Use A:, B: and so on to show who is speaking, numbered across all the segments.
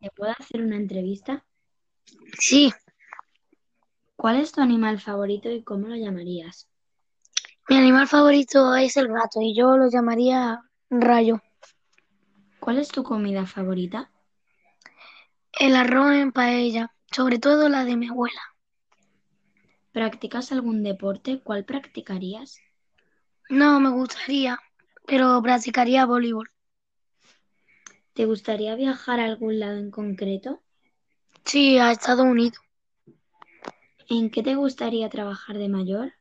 A: ¿Te puedo hacer una entrevista?
B: Sí,
A: ¿Cuál es tu animal favorito y cómo lo llamarías?
B: mi animal favorito es el gato y yo lo llamaría Rayo.
A: ¿Cuál es tu comida favorita?
B: El arroz en paella, sobre todo la de mi abuela.
A: ¿Practicas algún deporte? ¿Cuál practicarías?
B: No, me gustaría, pero practicaría voleibol.
A: ¿Te gustaría viajar a algún lado en concreto?
B: Sí, a Estados Unidos,
A: ¿En qué te gustaría trabajar de mayor?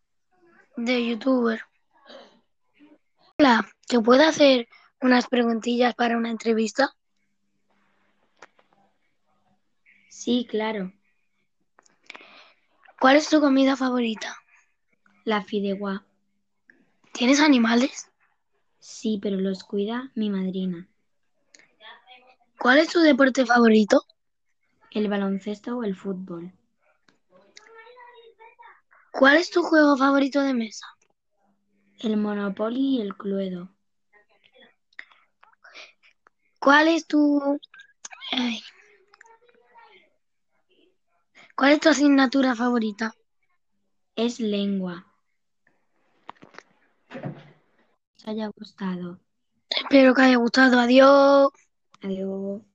B: de youtuber. Hola, ¿te puedo hacer unas preguntillas para una entrevista?
A: Sí, claro.
B: ¿Cuál es tu comida favorita?
A: La fideuá.
B: ¿Tienes animales?
A: Sí, pero los cuida mi madrina.
B: ¿Cuál es tu deporte favorito?
A: El baloncesto o el fútbol.
B: ¿Cuál es tu juego favorito de mesa?
A: El Monopoly y el Cluedo.
B: ¿Cuál es tu... ay. ¿Cuál es tu asignatura favorita?
A: Es lengua. Os haya gustado.
B: Espero que haya gustado. Adiós.
A: Adiós.